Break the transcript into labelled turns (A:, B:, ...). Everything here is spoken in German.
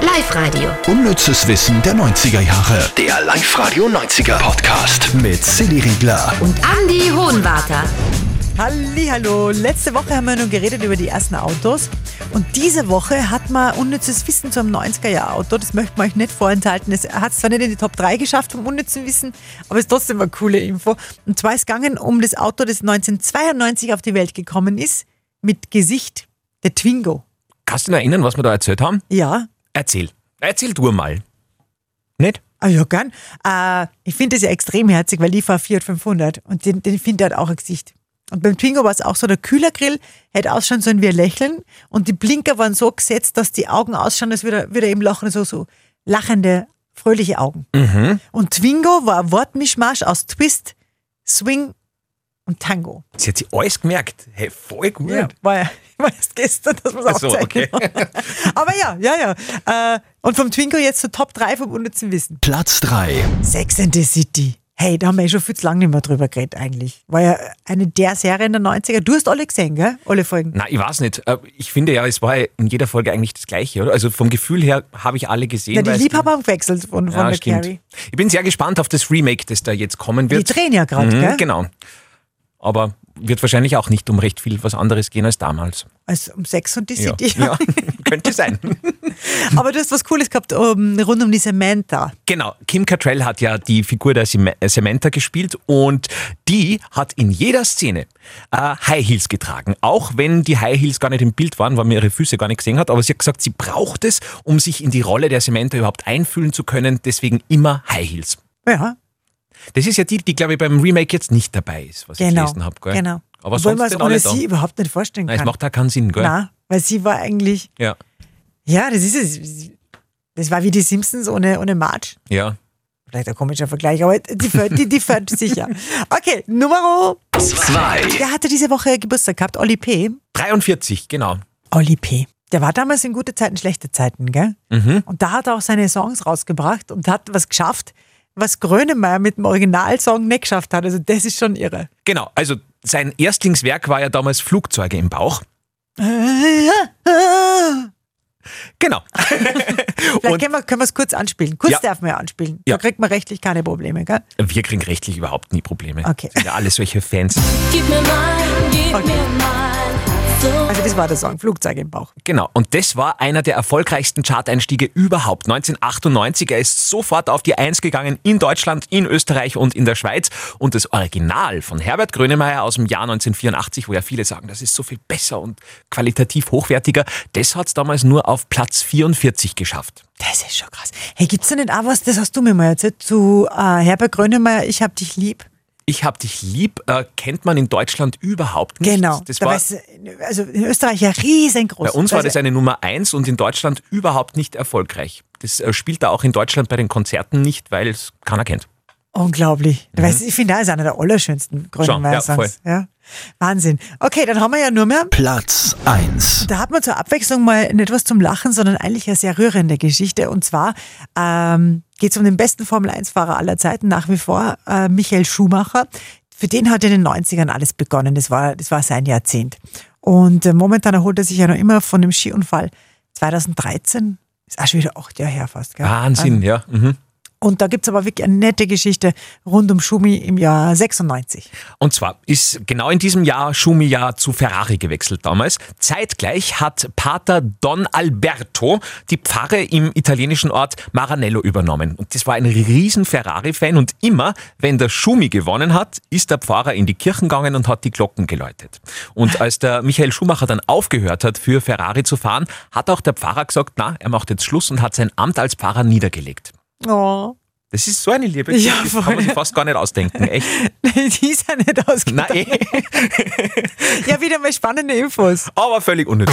A: Live-Radio.
B: Unnützes Wissen der 90er Jahre.
C: Der Live-Radio 90er Podcast.
B: Mit Silly Riegler.
A: Und Andy Hohenwarter.
D: Hallo, letzte Woche haben wir nun geredet über die ersten Autos und diese Woche hat man unnützes Wissen zum 90er-Jahr-Auto. Das möchten wir euch nicht vorenthalten. Es hat es zwar nicht in die Top 3 geschafft vom unnützen Wissen, aber es ist trotzdem eine coole Info. Und zwar ist es gegangen um das Auto, das 1992 auf die Welt gekommen ist, mit Gesicht, der Twingo.
E: Kannst du dich noch erinnern, was wir da erzählt haben?
D: Ja,
E: Erzähl. Erzähl du mal. Nicht?
D: Ah, ja, gern. Äh, ich finde das ja extrem herzig, weil die fahr Fiat 500 und den, den finde ich halt auch ein Gesicht. Und beim Twingo war es auch so, der Kühlergrill hätte ausschauen sollen wie ein Lächeln und die Blinker waren so gesetzt, dass die Augen ausschauen, als würde er- würde er eben lachen, so, so lachende, fröhliche Augen.
E: Mhm.
D: Und Twingo war ein Wortmischmasch aus Twist, Swing und Tango.
E: Sie hat sich alles gemerkt. Hey, voll gut.
D: Ja, war, ja- war erst gestern, dass wir es
E: Ach so,
D: aufzeichnen. Aber ja, ja, ja. Äh, und vom Twingo jetzt zur Top 3 vom unnützen Wissen.
B: Platz 3.
D: Sex and the City. Hey, da haben wir eh schon viel zu lange nicht mehr drüber geredet eigentlich. War ja eine der Serien der 90er. Du hast alle gesehen, gell? Alle Folgen.
E: Nein, ich weiß nicht. Äh, Ich finde ja, es war ja in jeder Folge eigentlich das Gleiche, oder? Also vom Gefühl her habe ich alle gesehen.
D: Ja, die
E: weil es-
D: Liebhaber haben gewechselt von, von
E: Ja,
D: der
E: stimmt.
D: Carrie.
E: Ich bin sehr gespannt auf das Remake, das da jetzt kommen
D: Die
E: wird.
D: drehen ja gerade,
E: Mhm,
D: gell?
E: Genau. Aber wird wahrscheinlich auch nicht um recht viel was anderes gehen als damals.
D: Also um Sex und die
E: Ja,
D: City.
E: ja. könnte sein.
D: Aber du hast was Cooles gehabt um, rund um die Samantha.
E: Genau, Kim Cattrall hat ja die Figur der Sam- äh, Samantha gespielt und die hat in jeder Szene äh, High Heels getragen. Auch wenn die High Heels gar nicht im Bild waren, weil man ihre Füße gar nicht gesehen hat, aber sie hat gesagt, sie braucht es, um sich in die Rolle der Samantha überhaupt einfühlen zu können, deswegen immer High Heels.
D: Ja,
E: Das ist ja die, die glaube ich beim Remake jetzt nicht dabei ist, was ich
D: genau.
E: gelesen habe. gell?
D: genau.
E: Aber
D: Obwohl man es
E: sonst sind
D: ohne
E: alle da.
D: sie überhaupt nicht vorstellen
E: Nein, es
D: kann.
E: macht da keinen Sinn, gell?
D: Nein, weil sie war eigentlich,
E: Ja,
D: ja, das ist es. Das war wie die Simpsons ohne, ohne Marge.
E: ja.
D: Vielleicht ein komischer Vergleich, aber die fällt, die, die fällt sicher. Okay, Nummer
C: Zwei.
D: Der hatte diese Woche Geburtstag gehabt, Oli P.
E: 43, genau.
D: Oli P. Der war damals in gute Zeiten, schlechte Zeiten, gell?
E: Mhm.
D: Und da hat er auch seine Songs rausgebracht und hat was geschafft, was Grönemeyer mit dem Originalsong nicht geschafft hat. Also das ist schon irre.
E: Genau, also sein Erstlingswerk war ja damals Flugzeuge im Bauch.
D: Vielleicht
E: Genau. Und-
D: können wir, können wir es kurz anspielen. Kurz
E: Ja.
D: darf man ja anspielen. Da
E: Ja.
D: kriegt man rechtlich keine Probleme, gell?
E: Wir kriegen rechtlich überhaupt nie Probleme.
D: Okay.
E: Sind ja alle solche Fans.
F: Gib mir mein, gib
D: Okay.
F: mir mein. So
D: Also das war der Song, Flugzeug im Bauch.
E: Genau. Und das war einer der erfolgreichsten Charteinstiege überhaupt. 1998. Er ist sofort auf die Eins gegangen in Deutschland, in Österreich und in der Schweiz. Und das Original von Herbert Grönemeyer aus dem Jahr 1984, wo ja viele sagen, das ist so viel besser und qualitativ hochwertiger, das hat es damals nur auf Platz 44 geschafft.
D: Das ist schon krass. Hey, gibt's da nicht auch was, das hast du mir mal erzählt, zu äh, Herbert Grönemeyer, Ich hab dich lieb?
E: Ich hab dich lieb, äh, kennt man in Deutschland überhaupt nicht.
D: Genau.
E: Das
D: Da
E: war,
D: weiß- also in Österreich ja riesengroß.
E: Bei uns war
D: Also
E: das eine Nummer eins und in Deutschland überhaupt nicht erfolgreich. Das äh, spielt da auch in Deutschland bei den Konzerten nicht, weil es keiner kennt.
D: Unglaublich.
E: Mhm.
D: Da Weißt, du, ich finde, das ist einer der allerschönsten Grönemeyer-Songs. Ja, Wahnsinn. Okay, dann haben wir ja nur mehr.
B: Platz 1.
D: Da hat man zur Abwechslung mal nicht was zum Lachen, sondern eigentlich eine sehr rührende Geschichte. Und zwar ähm, geht es um den besten Formel-1-Fahrer aller Zeiten nach wie vor, äh, Michael Schumacher. Für den hat in den 90ern alles begonnen. Das war, das war sein Jahrzehnt. Und äh, momentan erholt er sich ja noch immer von dem Skiunfall 2013. Ist auch schon wieder acht Jahre her fast. Gell?
E: Wahnsinn, ja. Mhm.
D: Und da gibt's aber wirklich eine nette Geschichte rund um Schumi im Jahr 96.
E: Und zwar ist genau in diesem Jahr Schumi ja zu Ferrari gewechselt damals. Zeitgleich hat Pater Don Alberto die Pfarre im italienischen Ort Maranello übernommen. Und das war ein riesen Ferrari-Fan und immer, wenn der Schumi gewonnen hat, ist der Pfarrer in die Kirchen gegangen und hat die Glocken geläutet. Und als der Michael Schumacher dann aufgehört hat, für Ferrari zu fahren, hat auch der Pfarrer gesagt, na, er macht jetzt Schluss und hat sein Amt als Pfarrer niedergelegt.
D: Oh.
E: Das ist so eine Liebe,
D: Ja,
E: das kann man sich
D: voll.
E: fast gar nicht ausdenken, echt.
D: Die ist ja nicht ausgedacht.
E: Nein,
D: Ja, wieder mal spannende Infos.
E: aber völlig unnütz.